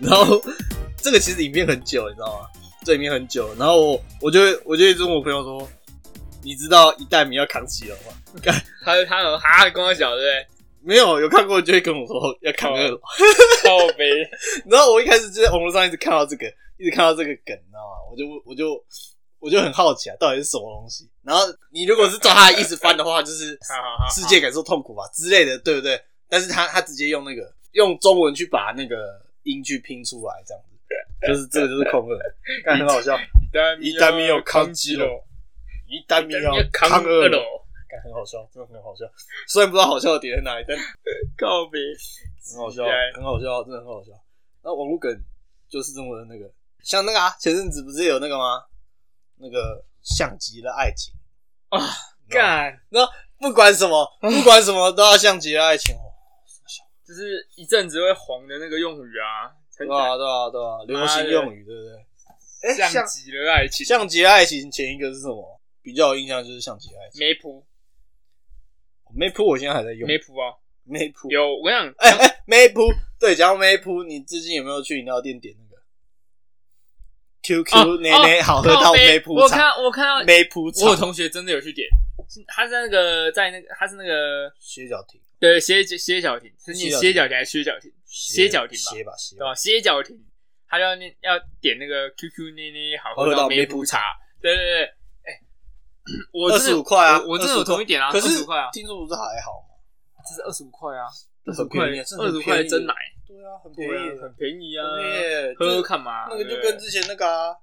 然后这个其实影片很久，你知道吗？这影片很久，然后我我就会我就一直问我朋友说，你知道一代米要扛起了吗？他他有哈跟我讲对没有，有看过就会跟我说要扛二楼。不对？靠背， 然后我一开始就在网络上一直看到这个，一直看到这个梗，你知道吗？我就我就我就很好奇啊，到底是什么东西？然后你如果是照他的意思翻的话，就是好好好，世界感受痛苦吧之类的，对不对？但是他他直接用那个用中文去把那个音去拼出来，这样子，就是这个就是空耳，看很好笑。一一旦没有康康基了了， 一旦一米旦要没有扛康二二楼，楼，看很好笑，真的很好笑。虽然不知道好笑的点在哪里，但啊靠背，很 好笑对，很好笑，真的很好笑。那网络梗就是这么的那个，像那个啊，前阵子不是有那个吗？那个像极了爱情啊，你知道吗干，不管什 么，不管什么都要像极了爱情哦。就是一阵子会红的那个用语啊，很对啊，对啊，对啊，流行用语，对不对？哎，像像极了爱情，像极了爱情前一个是什么？比较有印象就是像极了爱情。没谱梅普我现在还在用。没谱啊，梅普，有我跟你讲，哎哎，梅普，对，讲到梅普，你最近有没有去饮料店点那个哦 QQ 奶奶好喝到靠梅背普哦我茶？看我看到梅普我有茶同学真的有去点，是他是那个在那个他是那个歇脚亭，对歇歇脚亭，是歇念脚亭歇脚亭还是歇脚亭？歇脚亭吧，歇吧歇对吧。吧？歇脚亭，他就要念要点那个 QQ 捏捏好好喝喝到到梅梅普普茶，对对对，哎，我二真十的五块啊，我我真的有25块同一点啊，可二是十五块啊，听说不是还好吗？这是二十五块啊，很25块便宜啊真的二很十五块便宜真奶，对啊，很便宜对啊，，很便宜啊，对，喝就喝看嘛，那个就对跟之前那个啊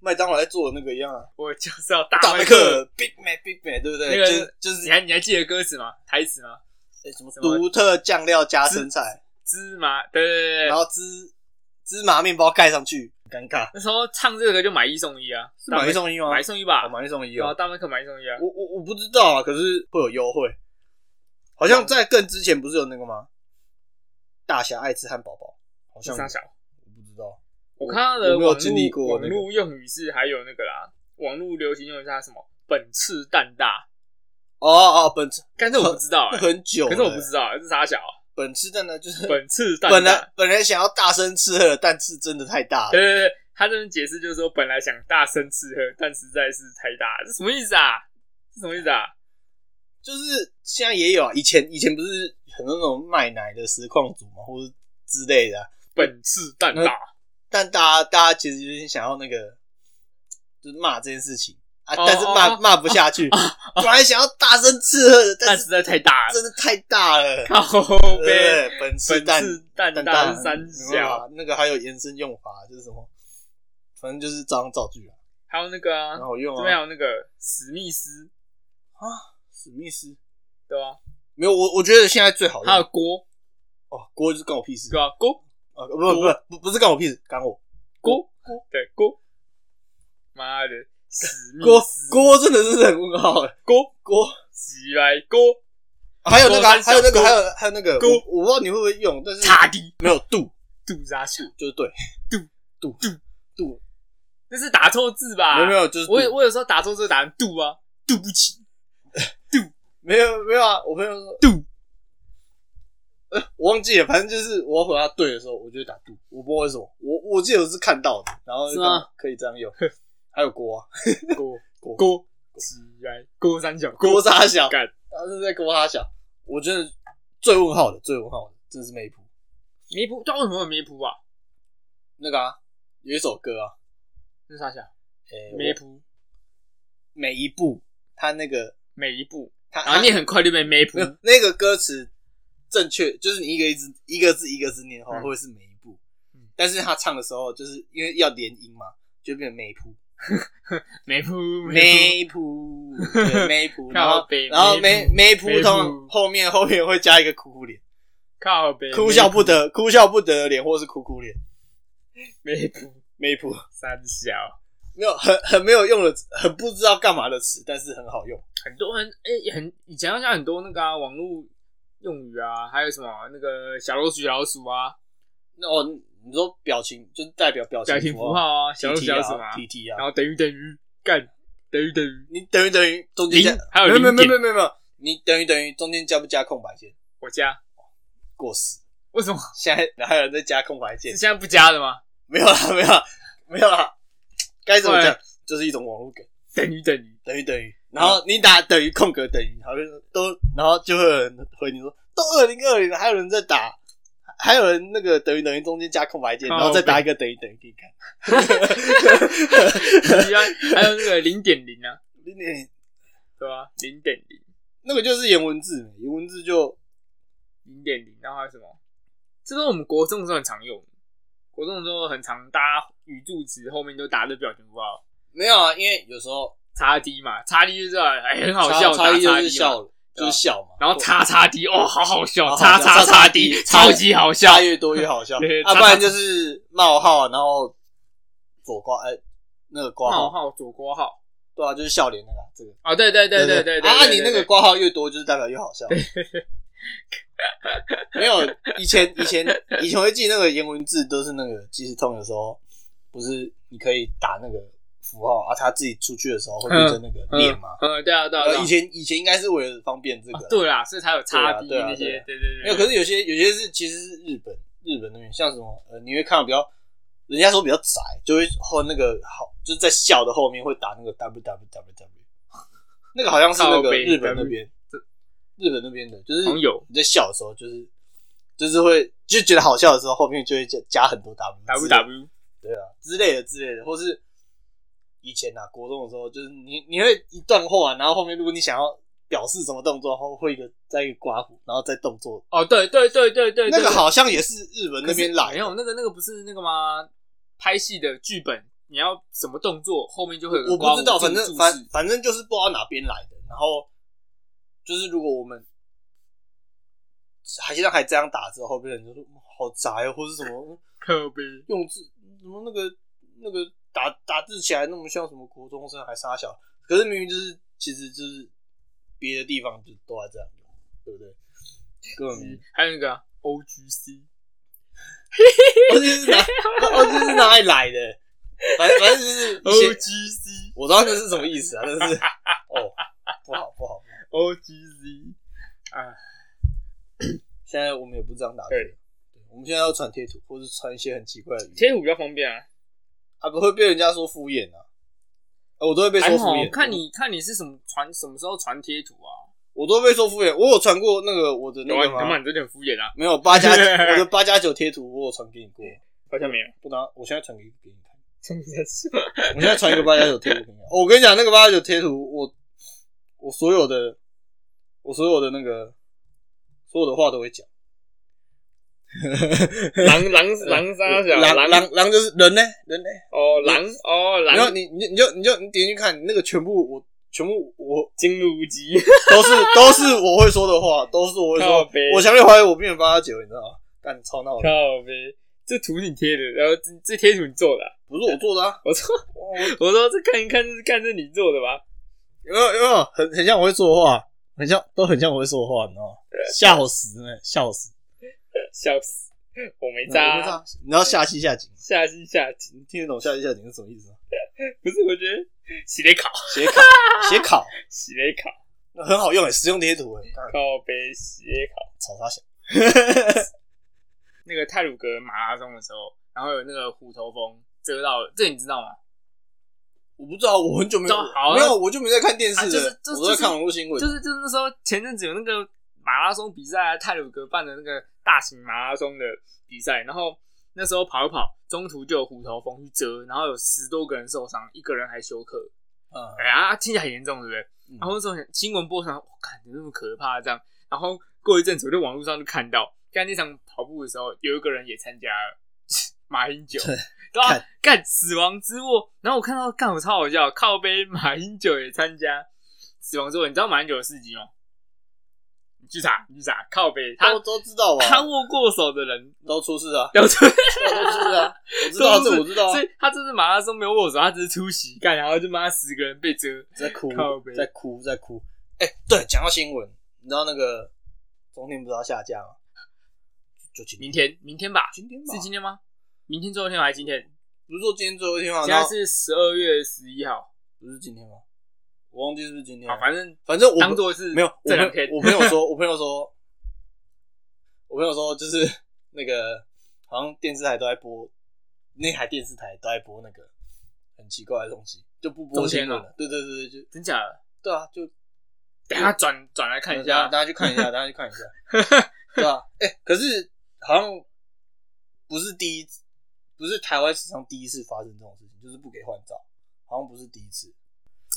麦当劳在做的那个一样啊，我就是要大大麦麦克，克 Big Mac Big Mac，对不对？那个就是就是你还你还记得歌词吗？台词吗？哎什么什么独特酱料加生菜，芝麻，对对对对然，后芝芝麻面包盖上去，很尴尬。那时候唱这个就买一送一啊，是买一送一吗？买一送一吧哦，买一送一对啊，哦。大麦克买一送一啊，我我我不知道啊，可是会有优惠。好像在更之前不是有那个吗？大侠爱吃汉堡包，好像有傻小。我不知道。我看到我的没有网经历络过网那个络用语是还有那个啦，网络流行用语是它什么本次蛋大，哦哦，本次但是我不知道那欸，很久了，可是我不知道欸这是傻小啊，本次真的就是本次蛋本大来，本来想要大声斥喝，但是真的太大对了。对对，他这边解释就是说本来想大声斥喝，但实在是太大了，这什么意思啊？这什么意思啊？就是现在也有啊，以前以前不是很多那种卖奶的实况组嘛，或者之类的啊、本次蛋大，但大家大家其实有点想要那个，就是骂这件事情啊，哦但是哦骂哦骂不下去，本来想要大声斥喝，但但是实在太大了，真的太大了。靠对呗，本次本蛋次蛋蛋啊大大是三没办小，法那个还有延伸用法，就是什么，反正就是照样造句啊，还有那个啊很，好用这边还啊。有那个史密斯，史密斯对吧？没有我，我觉得现在最好还有用锅，哦，锅就是干我屁事对。吧？锅啊，不不不不不是干我屁事，干我锅锅，对锅，妈的，史密锅斯锅真的是很问号哎，锅锅起来锅还有那个啊锅三小还有那个锅还有还有那个锅我我不知道你会不会用，但是擦地没有度杜扎秀，就是对度度度度，那是打错字吧？没有没，有就是啊我有度我有时候打错字打成杜啊，对不起没有没有啊，我朋友说呃杜，我忘记了，反正就是我回答对的时候，我就打度，我不知道为什么，我我记得我是看到的，然后就是吗可以这样 用，还有锅啊锅锅 锅起来锅三角锅沙小，干他是在锅沙小，我觉得最问号的最问号的，真的是没谱梅普，知道为什么有梅普啊？那个啊，有一首歌啊，那是啥想？诶梅普每一步，他那个每一步，他然后念很快就被梅普没，有那个歌词正确，就是你一个一字一个字一个字念的话，嗯会是每一步嗯。但是他唱的时候，就是因为要连音嘛，就变成每铺梅普梅每铺对每铺，然 靠后北然后每梅普每铺通梅普常后面后面会加一个哭哭脸，靠北哭笑不得，哭笑不得的脸，或是哭哭脸。梅普每铺三小。没有很很没有用的，很不知道干嘛的词，但是很好用。很多很诶、很以前好像很多那个、啊、网络用语啊，还有什么那个小老鼠小老鼠啊，那哦，你说表情就是代表表表情符符号啊，小老鼠 T T 小老鼠啊啊，，T T 啊然，后等于等于干等于等于，你等于等于中间加零还有没有没有零没有点没有没有，你等于等于中间加不加空白线？我家过时，为什么？ 现在哪有人在加空白键是？现在不加的吗？没有啦，没有啦，没有啦。该怎么讲对？就是一种网络梗，等于等于，等于等于，然后你打等于空格等于，好像都，然后就会有人回你说，都二零二零了，还有人在打，还有人那个等于等于中间加空白键，靠然后再北打一个等于等于给你看。还 有还有那个零点零啊，零点零对吧？零点零，那个就是颜文字，颜文字就零点零，然后还有什么？这都是我们国中的时候很常用的，国中的时候很常，大家语助词后面都打的表情符号，没有啊，因为有时候叉 D 嘛，叉 D 就是哎、很好差笑，差异叉就是 D 笑嘛，了，就是笑嘛。然后叉叉 D 哦，好好好笑，好叉笑叉叉叉 D， D 超级好笑差，越多越好笑 对啊，差不然就是冒号，然后左挂，哎、那个挂冒号，号左括号，对啊，就是笑脸那个啊这个。哦，对对对对对对，啊，对你那个挂号越多，就是代表越好笑。没有，以前以前以前会记那个颜文字，都是那个即时通，有时候不是你可以打那个符号啊，他自己出去的时候会变成那个嗯脸嘛。嗯，对啊对啊对呃啊以，前以前应该是为了方便这个啊啦，对啦，所以才有叉 D 对啊对啊那些，对对对，没有，可是有些有些是其实是日本日本那边，像什么呃，你会看到比较，人家说比较窄，就会后那个好就是在笑的后面会打那个 w w w w，那个好像是那靠个北日本那边，日本那边的，就是好像有你在笑的时候，就是就是会就觉得好笑的时候，后面就会加加很多 w W W 对啊之类的之类的，或是以前啊国中的时候，就是你你会一段话，然后后面如果你想要表示什么动作，后会一个再一个刮胡，然后再动作。哦，对对对对对，那个对好像也是日本可那是边来没有的，那个那个不是那个吗？拍戏的剧本，你要什么动作，后面就会有个我不知道，刮胡反正注反释反正就是不知道哪边来的。然后就是如果我们还现在还这样打之后，后边人就说嗯好宅哦，或是什么可悲，用字什么那个那个打打字起来那么像什么国中生还傻小，可是明明就是其实就是别的地方就都在这样用，对不对？根本 没还有那个啊 O G C，啊我就是哪我就是哪里来的，反正反正就是一 O 些 G C 我知道那是什么意思啊， 但是哦，不好不好， O G C 啊，现在我们也不是这样打字，对对，我们现在要传贴图，或是传一些很奇怪的语言，贴图比较方便啊。啊，不会被人家说敷衍啊，呃我都会被说还敷好衍，看你看你是什么传什么时候传贴图啊？我，我都会被说敷衍，我有传过那个我的那有啊，个你他妈吗？你真的很敷衍啊！没有八 加我的八加九贴图，我有传给你过，好像没有，不然我现在传给给你看，真的是我现在传一个八加九贴图给你看，哦我跟你讲那个八加九贴图，我我所有的我所有的那个所有的话都会讲。 狼狼狼杀小狼狼狼狼就是人呢，人呢？哦狼哦然后狼你你你就你就你点进去看，那个全部我全部我金无极，都是 都是我会说的话，都是我会靠说北。我强烈怀疑我变成八加九，你知道吗？干超闹的，靠呗，这图你贴的，然后这这贴图你做的啊、不是我做的啊！ 我说我我说这看一看，这是看这你做的吧？有没有有没有很很像我会说的话，很像都很像我会说的话，你知道吗？笑死呢，笑死！笑死，我没你扎知啊，道你知道下期下井，下期下集你听得懂下期下井是什么意思吗？不是？我觉得洗雷考，写 考写考洗雷考，很好用诶，欸实用贴图诶，干靠呗，洗雷考。草他小。那个泰鲁格马拉松的时候，然后有那个虎头蜂遮到了，这你知道吗？我不知道，我很久没有知道好啊没有，我就没在看电视啊了，就是就是我都在看网络新闻。就是就是那时候前阵子有那个马拉松比赛啊，泰鲁格办的那个大型马拉松的比赛，然后那时候跑一跑，中途就有虎头蜂去蛰，然后有十多个人受伤，一个人还休克，嗯哎呀，听起来很严重，对不对？嗯然后那时候很新闻播出来，我看怎么那么可怕这样，然后过一阵子我在网络上就看到，在那场跑步的时候，有一个人也参加了马英九。对对啊看，干死亡之握，然后我看到干我超好笑，靠背马英九也参加死亡之握，你知道马英九的事迹吗？你去查，你去查，靠背他都都知道吧？他握过手的人，都出事 啊，对不对？都出事啊！我知道这，我知道啊所，以他这次马拉松没有握手，他只是出席干，然后就妈十个人被遮，在哭靠北，在哭，在哭。哎，对，讲到新闻，你知道那个中天不是要下架吗？就今明天，天明天吧，今天吧是，今天吗？明天最后一天吗还是今天？不是说今天最后一天吗？现然在后是十二月十一号，不是今天吗？我忘记是不是今天好，了。反正反嗯正我当做是没有，我这朋两天友我朋友说，我朋友说，我朋友说，就是那个好像电视台都在播，那台电视台都在播那个很奇怪的东西，就不播中天新闻啊了。对对对对，就真假的？对啊，就等一下转转来看一下大，家去看一下，大家去看 一下，对啊，哎、可是好像不是第一次，不是台湾史上第一次发生这种事情，就是不给换照，好像不是第一次。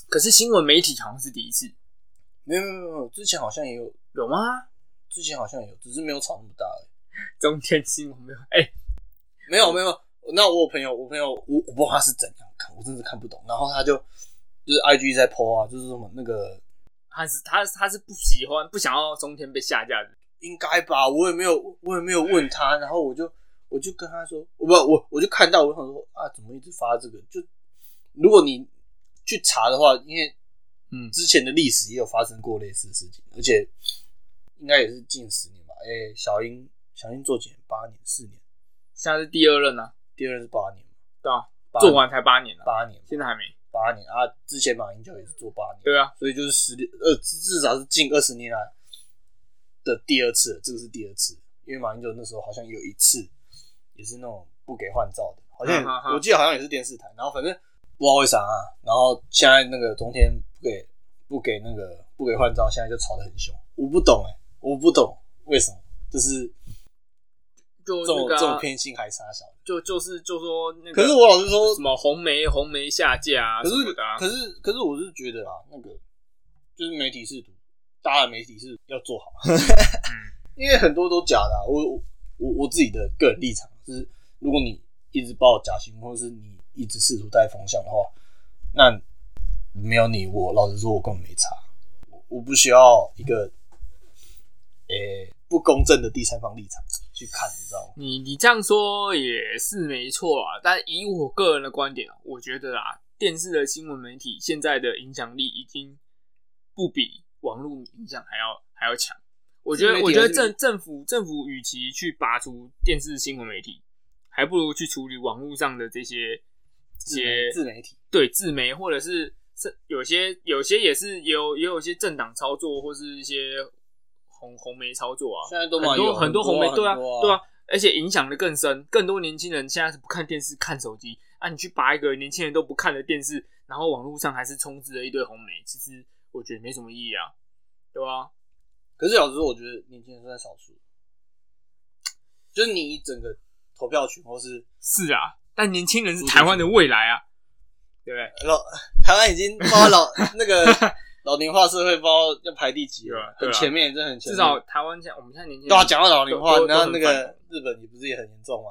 可是新闻媒体好像是第一次，没有没有没有没有，之前好像也有，有吗？之前好像也有，只是没有吵那么大而已。中天新闻没有？哎、没有没有，那我有朋友，我朋友我我不知道他是怎样看，我真是看不懂。然后他就就是 IG 在 PO 啊，就是什么那个他是他他是不喜欢不想要中天被下架的，应该吧，我也没有我也没有问他，然后我就我就跟他说，我不我我就看到我想说啊，怎么一直发这个？就如果你去查的话，因为嗯之前的历史也有发生过类似的事情，而且应该也是近十年吧。哎、小英小英做几年？八年，四年，现在是第二任啊，第二任是八年嘛，对啊，八做完才八年啊，八年嘛，现在还没。八年啊，之前马英九也是做八年。对啊，所以就是十呃至至少是近二十年来的第二次了，这个是第二次，因为马英九那时候好像有一次也是那种不给换照的，好像也、哈哈哈我记得好像也是电视台，然后反正不知道为啥啊，然后现在那个中天不给不给那个不给换照，现在就吵得很凶，我不懂哎、我不懂为什么，就是就这那种、个啊、这种偏心还杀小的，就就是就说那个，可是我老实说什么红梅红梅下架啊可什是么的、啊，可是可是我是觉得啊，那个就是媒体试图，大家的媒体是要做好，因为很多都假的、啊。我我我我自己的个人立场是，如果你一直报假新闻，或是你一直试图带风向的话，那没有你我，老实说，我根本没差。我我不需要一个，诶、不公正的第三方立场去看，你知道吗？你你这样说也是没错啊，但以我个人的观点啊，我觉得啊，电视的新闻媒体现在的影响力已经不比网络影响还要还要强。我觉自得，媒我体觉还得是政政府政府与其去拔除电视新闻媒体，还不如去处理网络上的这些这自些媒自媒体，对自媒，或者是是有些有些也是也有也有一些政党操作，或是一些红红媒操作啊，现在都蛮很有多很多红媒，对啊，对啊啊，，而且影响的更深，更多年轻人现在是不看电视，看手机啊。你去拔一个年轻人都不看的电视，然后网络上还是充斥着一堆红媒，其实我觉得没什么意义啊，对吧、可是老实说，我觉得年轻人是在少数，就是你一整个投票权或是是啊，但年轻人是台湾的未来啊，对不对？老台湾已经不知道 老那个老龄化社会，不知道要排第几对了啊，对啊很前面，真的很前面。至少台湾现在我们现在年轻人对啊，讲到老龄化，都都然后都很那反个日本也不是也很严重吗？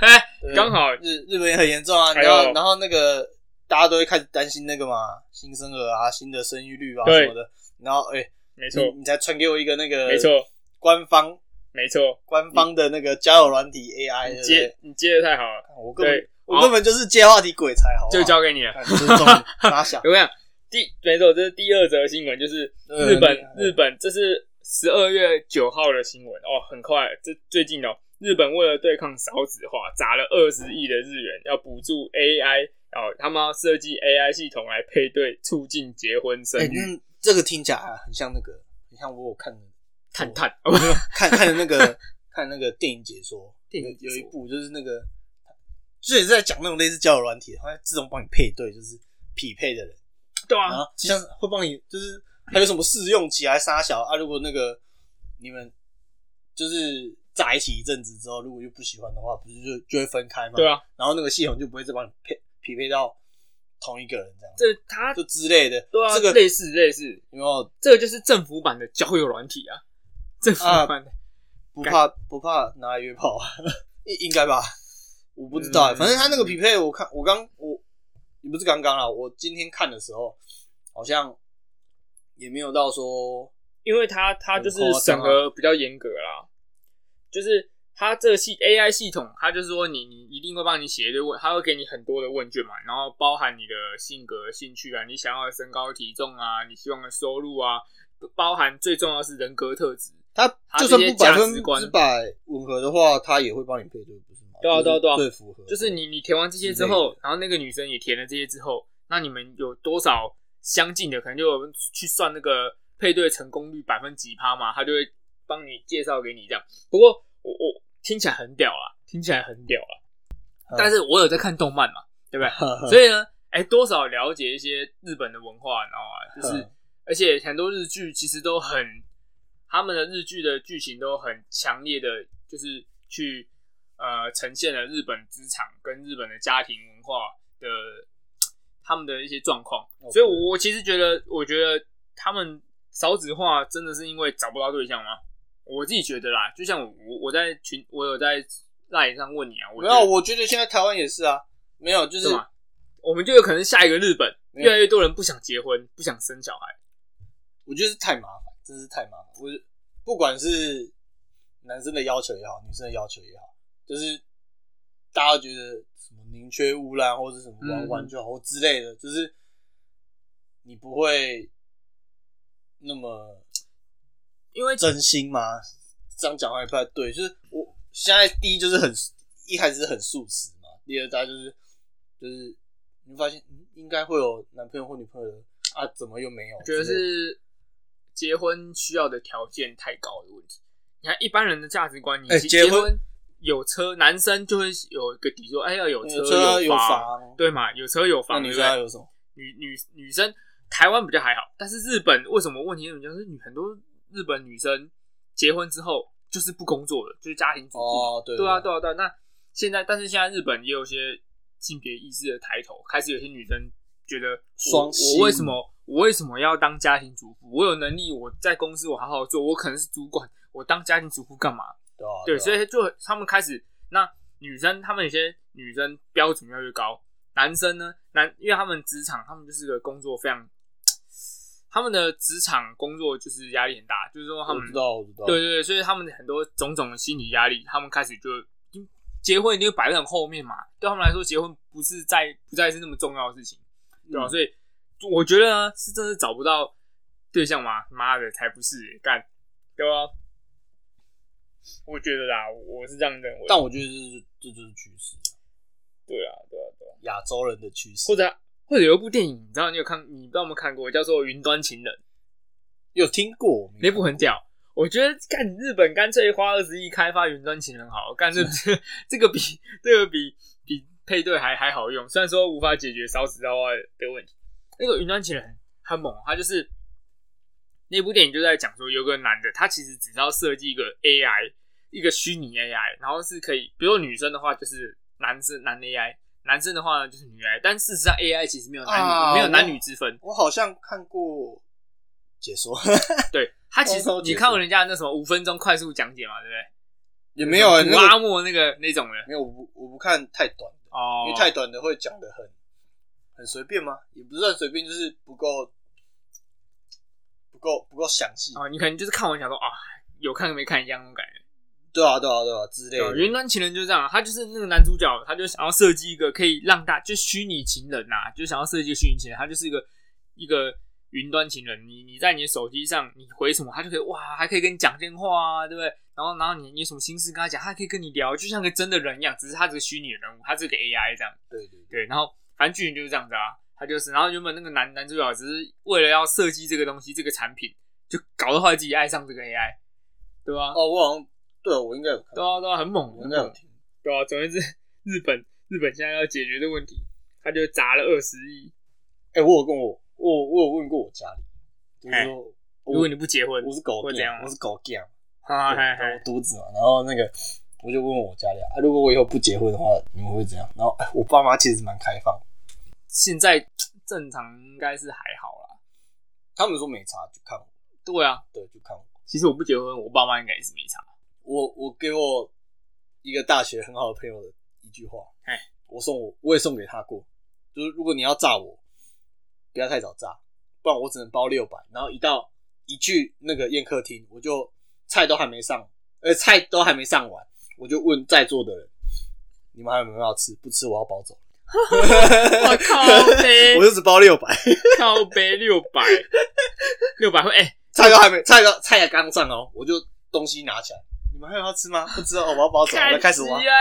嘿，对刚好日日本也很严重啊，哎呦然后然后那个大家都会开始担心那个嘛，新生儿啊，新的生育率啊对什么的，然后哎，没错，你你才传给我一个那个没错，官方没错，官方的那个交友软体 AI，对哎你不对接你接的太好了，我根本对，我根本就是接话题鬼才，好不好就交给你了。看这是重 点拉小我跟你讲，第没错，这是第二则新闻，就是嗯日本、嗯日本，这是十二月九号的新闻哦，很快，这最近哦，日本为了对抗少子化，砸了二十亿的日元，要补助 AI，哦，他们要设计 AI 系统来配对，促进结婚生哎，育。那这个听起来很像那个，很像我有看探探， 我没有看看的那个 看那个电影解说，电影解有说有一部就是那个，这也是在讲那种类似交友软体的，它会自动帮你配对，就是匹配的人，对然啊后，像会帮你就是还有什么试用期还是啥小啊，如果那个你们就是在一起一阵子之后，如果又不喜欢的话，不是就就会分开吗？对啊，然后那个系统就不会再帮你配匹配到同一个人这样，这他就之类的。对啊，这个类似类似，有没有这个就是政府版的交友软体啊，政府啊版的。不怕不怕拿来约炮啊？ 应应该吧？我不知道、欸，嗯反正他那个匹配，我看我刚我也不是刚刚啦，我今天看的时候好像也没有到说因为它它就是很夸张审啊核比较严格啦，就是它这个系 AI 系统，它就是说你你一定会帮你写一堆问，它会给你很多的问卷嘛，然后包含你的性格、兴趣啊，你想要的身高体重啊，你希望的收入啊，包含最重要的是人格特质。他他就算这些不百价值分之观百吻合的话，他也会帮你配对，不是吗？对啊就是对啊对啊最符合的就是你你填完这些之之类后，然后那个女生也填了这些之后，那你们有多少相近的，可能就有去算那个配对成功率百分几趴嘛，他就会帮你介绍给你这样。不过我我听起来很屌啊，听起来很屌啊嗯。但是我有在看动漫嘛，对不对？所以 所以呢，哎、多少了解一些日本的文化，你知道吗？就 是嗯，而且很多日剧其实都很，他们的日剧的剧情都很强烈的，就是去呃呈现了日本职场跟日本的家庭文化的他们的一些状况。 OK 所以我，我其实觉得，我觉得他们少子化真的是因为找不到对象吗？我自己觉得啦，就像我我我在群，我有在赖上问你啊，我没觉得有，我觉得现在台湾也是啊，没有，就是是吗？我们就有可能下一个日本，没有越来越多人不想结婚，不想生小孩。我觉得是太麻烦，真是太麻烦。我不管是男生的要求也好，女生的要求也好，就是大家都觉得什么宁缺毋滥，或者是什么玩嗯玩就好、或之类的，就是你不会那么因为真心吗？这样讲话也不太对。就是我现在第一就是很一开始是很素食嘛，第二大家就是就是你会发现嗯应该会有男朋友或女朋友的啊，怎么又没有？觉得是结婚需要的条件太高的问题。你看一般人的价值观，你哎其结结婚有车，男生就会有一个底说，哎，要有有车嗯车啊有房，房，对嘛？有车有那啊房，女对不生要对？有什么？女女女生台湾比较还好，但是日本为什么问题那么就是女很多日本女生结婚之后就是不工作了，就是家庭主妇嘛。哦，对对啊，对啊，对啊。那现在，但是现在日本也有些性别意识的抬头，开始有些女生觉得我，双我薪为什么我为什么要当家庭主妇？我有能力，我在公司我好好做，我可能是主管，我当家庭主妇干嘛？对啊，哦对，所以以就他们开始，那女生他们有些女生标准越来越高，男生呢，男因为他们职场，他们就是个工作非常，他们的职场工作就是压力很大，就是说他我们知道，我知道，对对对，所以他们很多种种的心理压力，他们开始就嗯结婚一定会摆在很后面嘛。对他们来说，结婚不是再不再是那么重要的事情，对吧、嗯所以我觉得呢，是真的找不到对象吗？妈的，才不是耶干，对啊吧、我觉得啦，我是这样认为。但我觉得这这就是趋势，对啊，对啊，对啊。亚洲人的趋势或。者或者有一部电影，你知道你有看，你不知道有没有看过，叫做《云端情人》。有听过那部很屌。我觉得干日本干脆花二十亿开发云端情人好了，干这 这个比这个比比配对还还好用。虽然说无法解决少子化的问题，那个云端情人很很猛，他就是那部电影就在讲说，有个男的，他其实只要设计一个 AI，一个虚拟 AI，然后是可以，比如说女生的话就是男生男 AI，男生的话呢就是女 AI，但事实上 AI 其实没有男女、啊没有男我女之分，我好像看过解说，对他其实光头你解看过释人家那什么五分钟快速讲解嘛，对不对？也没有欸古那阿个莫那个那种的没有，我不我不看太短的，哦因为太短的会讲的很很随便吗？也不算随便，就是不够不够不够详细。哦，你可能就是看完想说啊，有看跟没看一样那种感觉。对啊，对啊，对啊，之类对啊，的。云端情人就这样，他就是那个男主角，他就想要设计一个可以让大就虚拟情人呐、就想要设计一个虚拟情人，他就是一个一个云端情人，你你在你的手机上你回什么，他就可以哇，还可以跟你讲电话啊，对不对？然后然后你你有什么心事跟他讲，他还可以跟你聊，就像个真的人一样，只是他这个虚拟的人物，他是个 AI 这样。对对对，对，然后反正剧情就是这样子啊，他就是，然后原本那个男男主角只是为了要设计这个东西，这个产品，就搞到后来自己爱上这个 AI，对吧、哦，我好像对我应该有看对，啊，对啊，很猛，我很应该有猛，听。对啊，总而言之，日本日本现在要解决的问题，他就砸了二十亿，哎，我有跟我我我有问过我家里，就是说我如果你不结婚我是狗会怎样啊 gay，我是狗 gay 啊。啊，嗨对，我嗨，独子嘛，然后那个我就问我家里啊，如果我以后不结婚的话，你们会怎样？然后哎我爸妈其实蛮开放，现在正常应该是还好啦，他们说没差，就看我，对啊，对，就看我。其实我不结婚，我爸妈应该也是没差，我我给我一个大学很好的朋友的一句话，哎，我送我我也送给他过，就是如果你要炸我，不要太早炸，不然我只能包六百。然后一到一去那个宴客厅，我就菜都还没上，呃，菜都还没上完，我就问在座的人，你们还有没有要吃？不吃我要包走。我靠呗我，就只包六百，靠呗，六百，六百会哎。菜都还没，菜都菜也刚上哦，我就东西拿起来。你们还有要吃吗？不吃哦，我要 包走，我看要开始挖起。来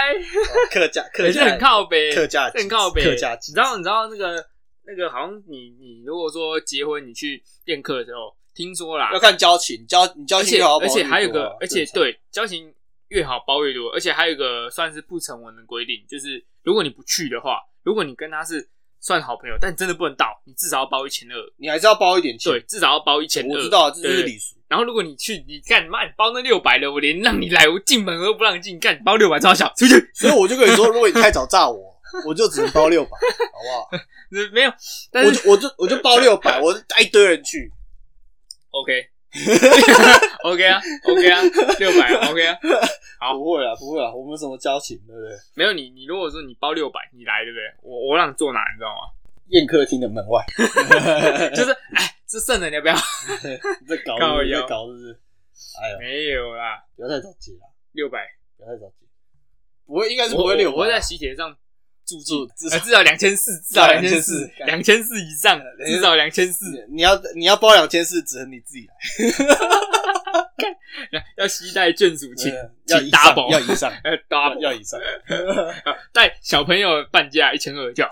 客家，客可是家，啊哎很靠北，客家鸡很靠北。客家鸡你知道，你知道那个那个，好像你你如果说结婚，你去宴客的时候，听说啦要，看交情，交你交而情且就好好把而握且住还有啊个，而正且常对交情越好包越多，而且还有一个算是不成文的规定，就是如果你不去的话，如果你跟他是算好朋友，但真的不能到，你至少要包一千二，你还是要包一点钱。对，，至少要包一千二。我知道啊，这就对是礼数。然后如果你去，你干妈你包那六百了，我连让你来，我进门我都不让你进，干你包六百超小，出去。 所以我就跟你说，如果你太早炸我，我就只能包 六百，好不好？没有，但我是就我就我就包六百，我带一堆人去， OK。OK 啊，OK 啊，六百 OK 啊，好不会啦，不会啦，我们什么交情，对不对？没有你，你如果说你包六百，你来对不对？我我让你坐哪，你知道吗？宴客厅的门 外，就是哎，这剩的你要不要？ 你在搞靠腰你在搞是不是？哎呦，没有啦，不要太早接啦，六百不要太早接，不会，应该是不会六我我会百在啊。喜帖上注注注至少至少两千四，至少至少两千四， 2400两千四以上， 2400至少两千四，你要你要包两千四，只能你自己来，要 要携带眷属请对请要以上 double，要以上，呃要 double，嗯呃要以上，带小朋友半价一千二就好，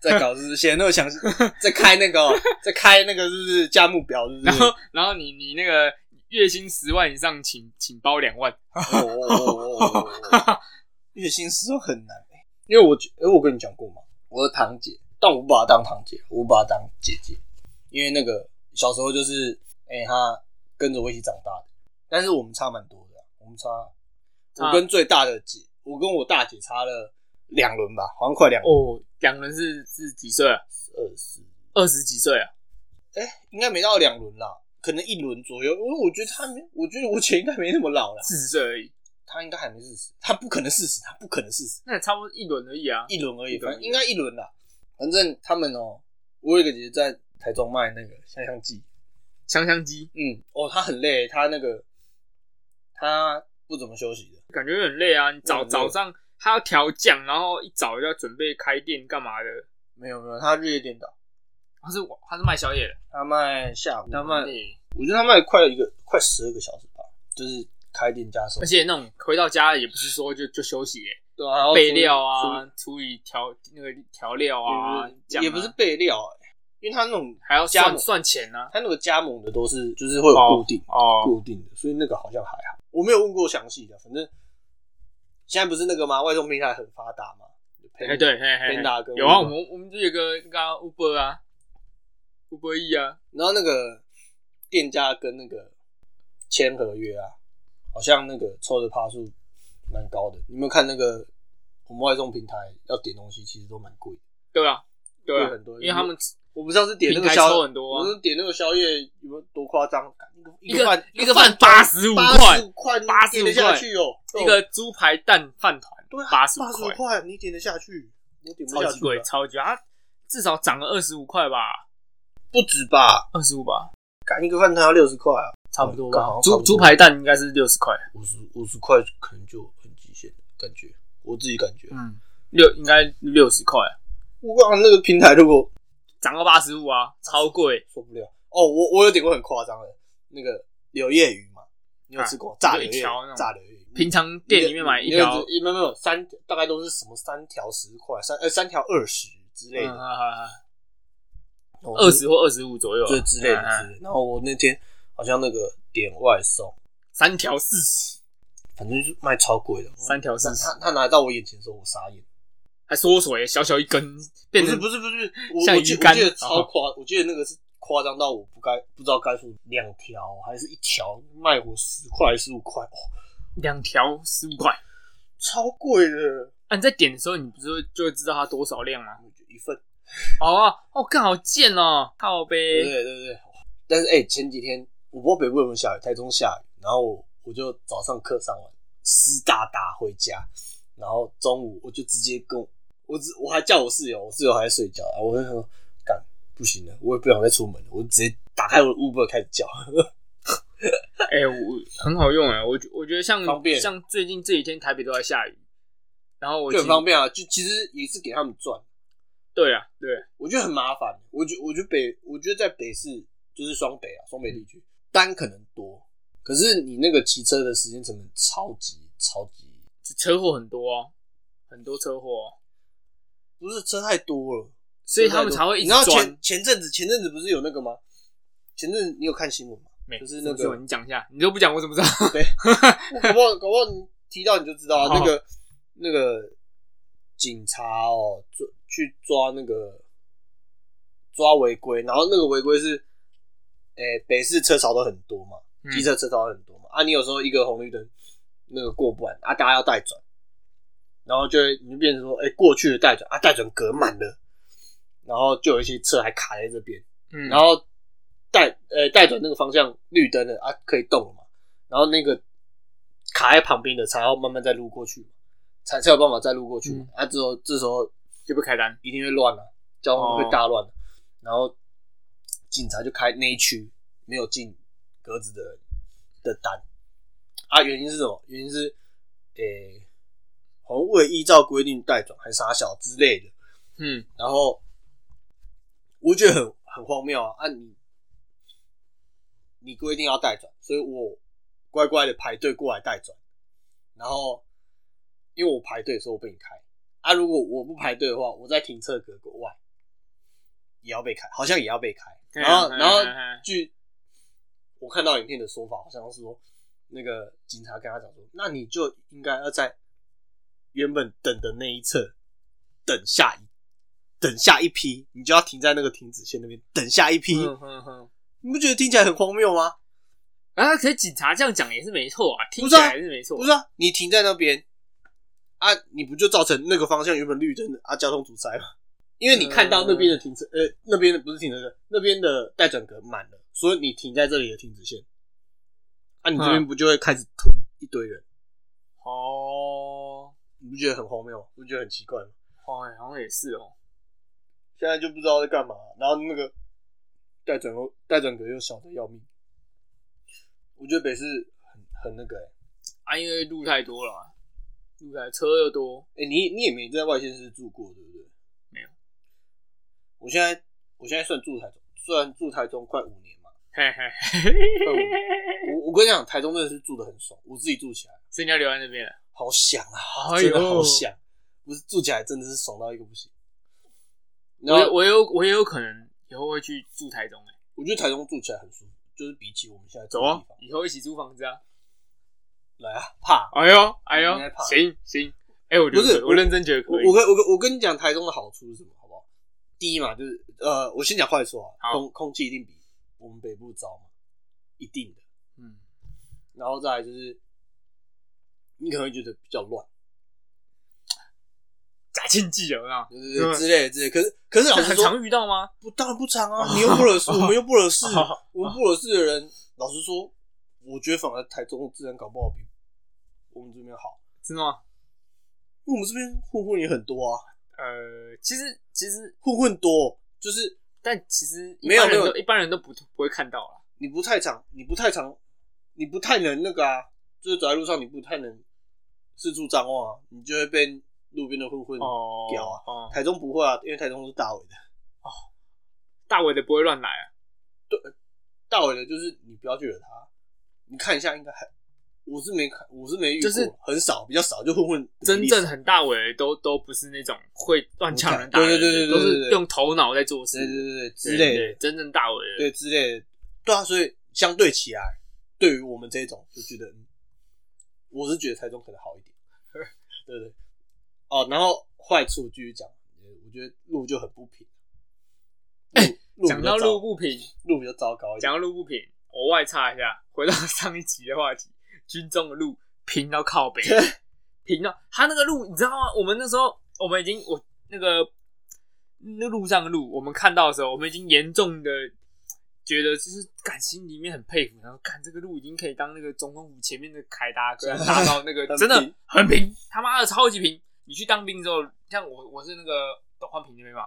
在搞是不是写那个详细， 在开那个 哦在开那个是不是价目表是不然是？后然后你你那个月薪十万以上，请请包两万，哦哦哦哦哦哦月薪始终很难、欸，因为我觉，哎、我跟你讲过嘛，我的堂姐，但我不把她当堂姐，我把她当姐姐，因为那个小时候就是，哎、她跟着我一起长大的，但是我们差蛮多的啊，我们差，差我跟最大的姐，我跟我大姐差了两轮吧，好像快两轮，哦，两人是是几岁啊？二十、二十几岁啊？哎应该没到两轮啦，可能一轮左右，因为我觉得她没，我觉得我姐应该没那么老啦，四十岁而已，她应该还没四十，她不可能四十，她不可能四十。那也差不多一轮而已啊。一轮而一已，轮反正应该一轮啦。反正他们哦、我有一个姐姐在台中卖那个香香剂，香香鸡嗯，哦，她很累，她那个她不怎么休息的，感觉很累啊，你早嗯早上他要调酱，然后一早就要准备开店干嘛的？没有没有，她日夜颠倒，他是他是卖宵夜的，嗯她卖下午，她卖，对我觉得她卖快一个快十二个小时吧，就是开店加收而，且那种回到家也不是说就就休息耶，对啊，还要备处理料处啊，处理调那个调料啊，理酱啊也不是也不是备料、欸，因为她那种还要加算盟算钱啊。她那个加盟的都是就是会有固定，哦，固定的，所以那个好像还好。我没有问过详细的，反正现在不是那个吗？外送平台很发达嘛？哎，对，嘿嘿嘿， ，Panda 跟有啊，我 Uber 们我们就有个那个啊 Uber 啊，Uber E 啊，然后那个店家跟那个签合约啊，好像那个抽的趴数蛮高的。你有没有看那个我们外送平台要点东西，其实都蛮贵的。对啊，对啊对很多因为他们我不知道是点那个平台宵抽很多啊我是点那个宵夜有没有多夸张？一一个饭一个饭85八十五块，你85点得下去哦，一个猪排蛋饭团对啊，八十八十五块，块，你点得下去？我点不超下级去贵，啊，超级贵，它至少涨了二十五块吧，不止吧？二十五吧，干一个饭团要六十块啊，差不多刚吧好。差猪不多猪排蛋应该是六十块，五十五十块可能就很极限了感觉，我自己感觉。嗯，六应该六十块，我刚那个平台如果涨到八十五啊，超贵，受不了哦，我我有点过很夸张的，那个柳叶鱼嘛，你啊有吃过？炸柳就一叶鱼条那，种炸柳叶鱼，平常店里面买一你有条，嗯没有没有三，大概都是什么三条十块，三呃三条二十之类的，哦嗯二十或二十五左右啊，这之类的嗯嗯之类的。然后我那天好像那个点外送，三条四十，反正就是卖超贵的，三条四哦那十，他他拿到我眼前的时候，我傻眼。还缩水，小小一根变不是成不是不是，我像我鱼记竿哦我记得超夸，我记得那个是夸张到我不该不知道该说两条还是一条卖我十块十五块，哦，两条十五块。超贵的，啊，你在点的时候，你不是会就会知道它多少量吗？我就一份。哦啊哦，更好贱哦，靠对呗。对对对，但是哎、前几天我不知道北部有没有下雨，台中下雨，然后我我就早上课上完湿哒哒回家，然后中午我就直接跟我我只我还叫我室友，我室友还在睡觉，然后我就想说干不行了，我也不想再出门了，我就直接打开我的 Uber 开始叫。哎、我很好用哎，我觉我觉得像方便像最近这几天台北都在下雨，然后我就已很经方便啊，就其实也是给他们赚，对啊，对啊，我觉得很麻烦。我觉我觉得北，我觉得在北市就是双北啊，双北地区单可能多，可是你那个骑车的时间成本超级超级，就车祸很多哦，很多车祸哦，不是车太多了，所以他们才会一你直知道钻前。前阵子前阵子不是有那个吗？前阵子你有看新闻吗？没就是那个 什么新闻你讲一下，你都不讲，我怎么知道？对，我搞不好搞不好你提到你就知道啊好那个那个警察哦，抓去抓那个抓违规，然后那个违规是，诶、北市车潮都很多嘛，嗯机车车潮很多嘛，啊，你有时候一个红绿灯那个过不完，啊，大家要带转，然后就会你就变成说，诶、过去的带转啊，带转隔满了，然后就有一些车还卡在这边。嗯，然后带呃带转那个方向绿灯了啊，可以动了嘛。然后那个卡在旁边的才要慢慢再撸过去，才才有办法再撸过去嘛。啊，之后这时候就不开单，一定会乱了、交通会大乱、啊然后警察就开那一区没有进格子的人的单啊，原因是什么？原因是诶、好像未依照规定带转还傻小之类的。嗯，然后我觉得很很荒谬啊！啊你你规定要带转，所以我乖乖的排队过来带转，然后因为我排队，所以我被你开啊。如果我不排队的话，我在停车格外也要被开，好像也要被开。对然后啊然后嘿嘿嘿据我看到影片的说法，好像是说那个警察跟他讲说，那你就应该要在原本等的那一侧等下一等下一批，你就要停在那个停止线那边等下一批。嗯嗯嗯，你不觉得听起来很荒谬吗？啊，可是警察这样讲也是没错啊，听不起是啊来是没错，不是啊，你停在那边啊，你不就造成那个方向原本绿灯的啊交通阻塞吗？因为你看到那边的停车，呃，那边的不是停车格，那边的待转格满了，所以你停在这里的停止线，啊，你这边嗯不就会开始囤一堆人？哦，你不觉得很荒谬吗？不觉得很奇怪吗？哦，好像也是哦，现在就不知道在干嘛，然后那个待转又待转格又小的要命，我觉得北市很很那个、欸，啊，因为路太多了啊，路太车又多，哎、你你也没在外县市住过，对不对？没有。我现在我现在算住台中，虽然住台中快五年嘛，嘿嘿嘿，快五年。我我跟你讲，台中真的是住的很爽，我自己住起来所以你要留在那边了，好想啊，哎呦真的好想，不是住起来真的是爽到一个不行。然我有后我有我也有可能以后会去住台中哎，我觉得台中住起来很舒服，就是比起我们现在住走的啊地方，，以后一起租房子啊，来啊，怕哎呦哎呦应该怕，行行，哎，我觉不是得我认真觉得我可以我，跟我跟我跟你讲台中的好处是什么，好不好？第一嘛，就是呃，我先讲坏处啊，好空空气一定比我们北部糟嘛，一定的。嗯，然后再来就是，你可能会觉得比较乱，假庆忌啊有没有？就是之类的之类的。可是可是老这实很说，常遇到吗？ 不当然不长 啊，你又不惹事，哦我们又不惹 事哦，我们不惹事的人，老实说，我觉得反而台中自然搞不好比我们这边好，真的吗？因为我们这边混混也很多啊，呃，其实其实，混混多就是但其实一没有般人没有都一般人都不不会看到啊啦。你不太长，你不太长，你不太能那个啊，就是走在路上你不太能四处张望啊，你就会被路边的混混。哦屌啊哦，台中不会啊，因为台中是大尾的，大伟的不会乱来啊。大尾的就是你不要去惹他，你看一下应该还，我是没看，我是没遇过，就是很少，比较少，就混混的真例子正很大伟的都都不是那种会乱抢人打对人的，对对对对对对都是用头脑在做事对对对对之对类对的，真正大伟的，对之类的，对啊，所以相对起来，对于我们这种就觉得，嗯我是觉得台中可能好一 点，对对哦，然后坏处继续讲，呃我觉得路就很不平，路讲路到路比较糟不平，路比较糟糕一点，讲到路不平，我外插一下，回到上一集的话题，军中的路平到靠北，平到他那个路，你知道吗？我们那时候我们已经我那个那路上的路，我们看到的时候，我们已经严重的觉得就是感心里面很佩服，然后看这个路已经可以当那个总统府前面的凯达格兰大道那个 很平真的很平，他妈的超级平。你去当兵之后，像我我是那个董焕平那边嘛，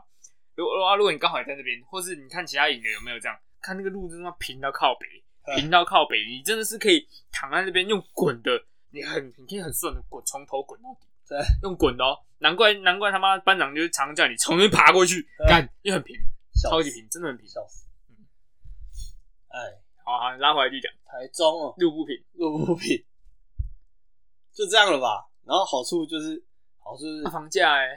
如果啊，如果你刚好也在那边，或是你看其他影的有没有这样，看那个路真的平到靠北，嗯平到靠北，你真的是可以躺在那边用滚的，你很你可以很顺的滚，从头滚到底，对，用滚的哦。难怪难怪他妈班长就是常叫你从那边爬过去，嗯干，因为很平，笑超级死平，真的很平。笑死，哎，好好，拉回来继续讲，台中哦。路不平，路不平，就这样了吧。然后好处就是，好处就是那房价哎、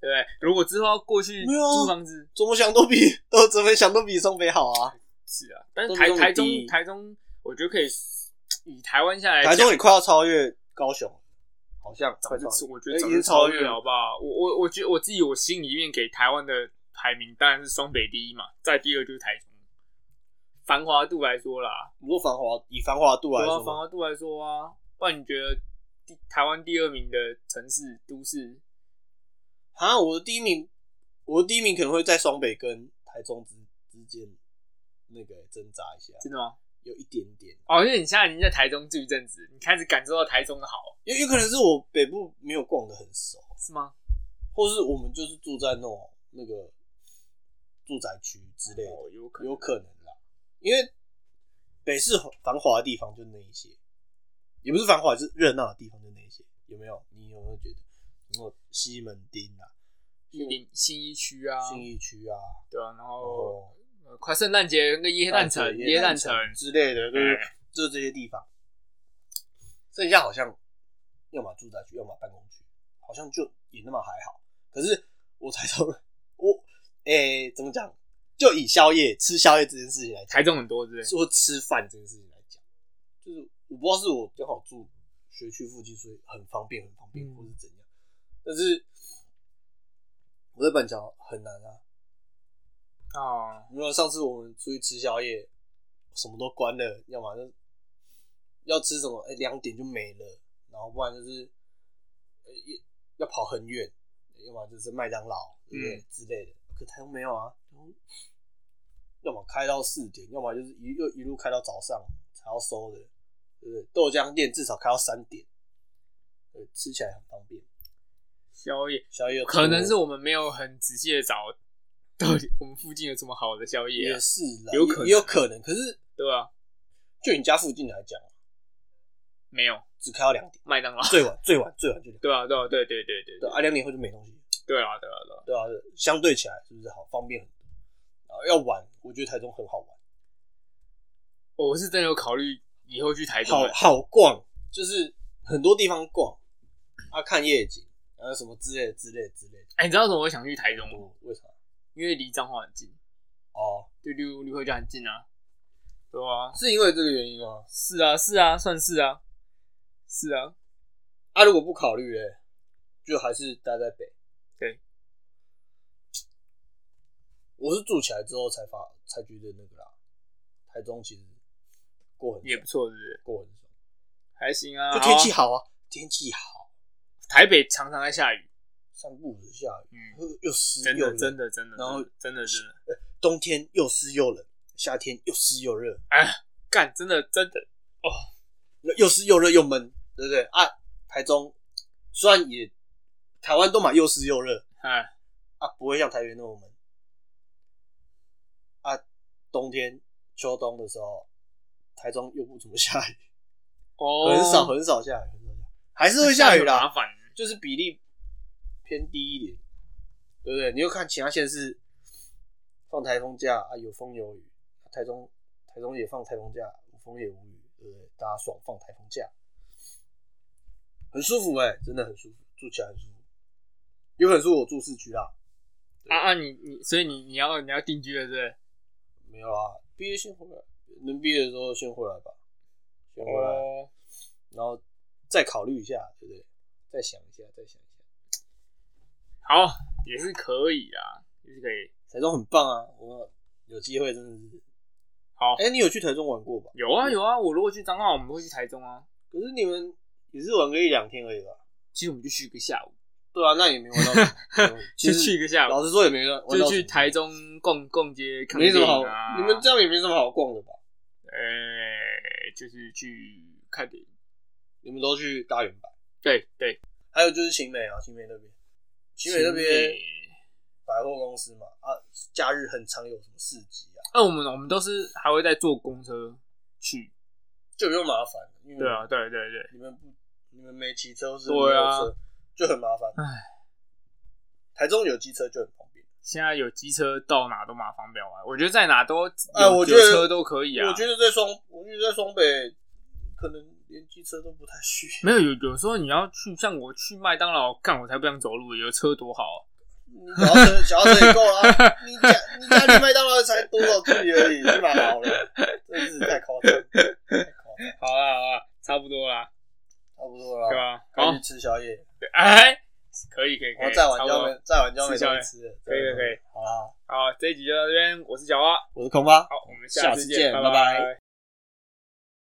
对不对？如果之后要过去没有啊租房子，怎么想都比都怎么想都比双北好啊。是啊，但是都台是台这中么低台中，我觉得可以以台湾下来台讲中也快要超越高雄，好像早就超超，越我觉哎得早已就经超超越越了，好不好？我我我觉得我自己我心里面给台湾的排名当然是双北第一嘛，再第二就是台中，繁华度来说啦，如果繁华以繁华度来对啊，说繁嘛，华度来说啊，不然你觉得第台湾第二名的城市都市啊，我的第一名，我的第一名可能会在双北跟台中之之间那个挣扎一下，真的吗？有一点点，哦，因为你现在已经在台中住一阵子，你开始感受到台中的好，有有可能是我北部没有逛的很熟，是吗？或是我们就是住在那种那个住宅区之类的，哦，有可能有可能啦，因为北市繁华的地方就那一些，也不是繁华，就是热闹的地方就那一些，有没有？你有没有觉得？有没有西门町啊、新新一区啊，信义区啊，对啊，然然后、后呃快圣诞节那个耶诞城，耶诞城，之类的，就是哎就是这些地方。剩下好像要么住宅区，要么办公区，好像就也那么还好。可是我才从我诶、怎么讲？就以宵夜吃宵夜这件事情来讲，台中很多之类，说吃饭这件事情来讲，就是我不知道是我刚好住学区附近，所以很方便，很方便，嗯或是怎样。但是我在板桥很难啊，哦，如果上次我们出去吃宵夜，什么都关了，要么就要吃什么，哎、两点就没了，然后不然就是、呃一要跑很远，要么就是麦当劳，对不对、嗯之类的。可台湾没有啊，台湾要么开到四点，要么就是一又一路开到早上才要收的，对不对？豆浆店至少开到三点，对，吃起来很方便。宵夜宵夜可能是我们没有很仔细的找到底我们附近有什么好的宵夜、也啊，是啦，有可能也有可能。可是对吧、啊？就你家附近来讲，啊没有只开到两点。麦当劳， 最晚最晚最晚就两 对啊，对啊，对对对对对对啊，两点后就没东西，对啊，对啊，对啊，对啊，相对起来是不是好方便很多？然后要晚，我觉得台中很好玩，我是真的有考虑以后去台中好的，好逛，就是很多地方逛，啊，看夜景，然后什么之类的之类的之类的。哎、你知道为什么我想去台中吗？哦，为啥？因为离彰化很近，哦，对六六会就很近啊，对啊，是因为这个原因吗？是啊，是啊，算是啊，是啊，啊，如果不考虑嘞，就还是待在北。对，我是住起来之后才发才觉得那个啦，台中其实过很也不错，是不是？过很爽，还行啊，就天好啊气好啊，天气好。台北常常在下雨，散步的下雨，嗯，又又湿真又的冷，真的真的，然后真的真的，冬天又湿又冷，夏天又湿又热，干真的真的，又湿又热又闷，对不对啊？台中虽然也台湾都嘛又湿又热哎，啊，不会像台北那么闷啊。冬天秋冬的时候，台中又不怎么下雨，哦，很少很少下雨，很少下雨，还是会下雨啦麻，烦。就是比例偏低一点，对不对？你又看其他县市放台风假啊，有风有雨，台中台中也放台风假，无风也无雨，对不对？大家爽放台风假，很舒服哎、真的很舒服，住起来很舒服。有可能是我住市区啦，啊啊，你你，所以你你要你要定居了，是不是？没有啊，毕业先回来，能毕业的时候先回来吧，先回来，哦，然后再考虑一下，对不对？再想一下，再想一下。好，也是可以啊，也是可以。台中很棒啊，我有机会真的是。好哎、你有去台中玩过吧？有啊有啊，我如果去彰化，我们会去台中啊。可是你们也是玩个一两天而已吧？其实我们就去一个下午，对啊，那也没玩 到什么。嗯就去一个下老午，实说也没玩到什就么，去台中逛逛街，看没什么电好影啊。，你们这样也没什么好逛的吧？呃，就是去看电影。你们都去大圆柏，对对，还有就是晴美啊，晴美那边，晴美那边百货公司嘛，啊，假日很常有什么市集啊，哦那我们我们都是还会再坐公车去。就不用麻烦，因为对啊，对对对，你们不，你们没骑车或是对啊没有车就很麻烦。唉，台中有机车就很方便。现在有机车到哪都蛮方便啊玩，我觉得在哪都哎有我觉有得车都可以啊。我觉得在双，我觉得在双北可能连机车都不太需要。没有有有时候你要去，像我去麦当劳干，我才不想走路，有车多好啊、你脚踏车，脚踏车也够了、啊。你家你家离麦当劳才多少距离而已，你蛮好了，真是太夸张，太夸张，啊好啦好啦，差不多啦，差不多对了。吧、该好去，吃宵宵夜，对哎，可以可以可以，然后再晚差就不多没再晚就没吃宵东夜西吃了。可以可以可以。好啦，好，这一集就到这边，我是小花，我是空巴，好，我们下次次见拜拜拜拜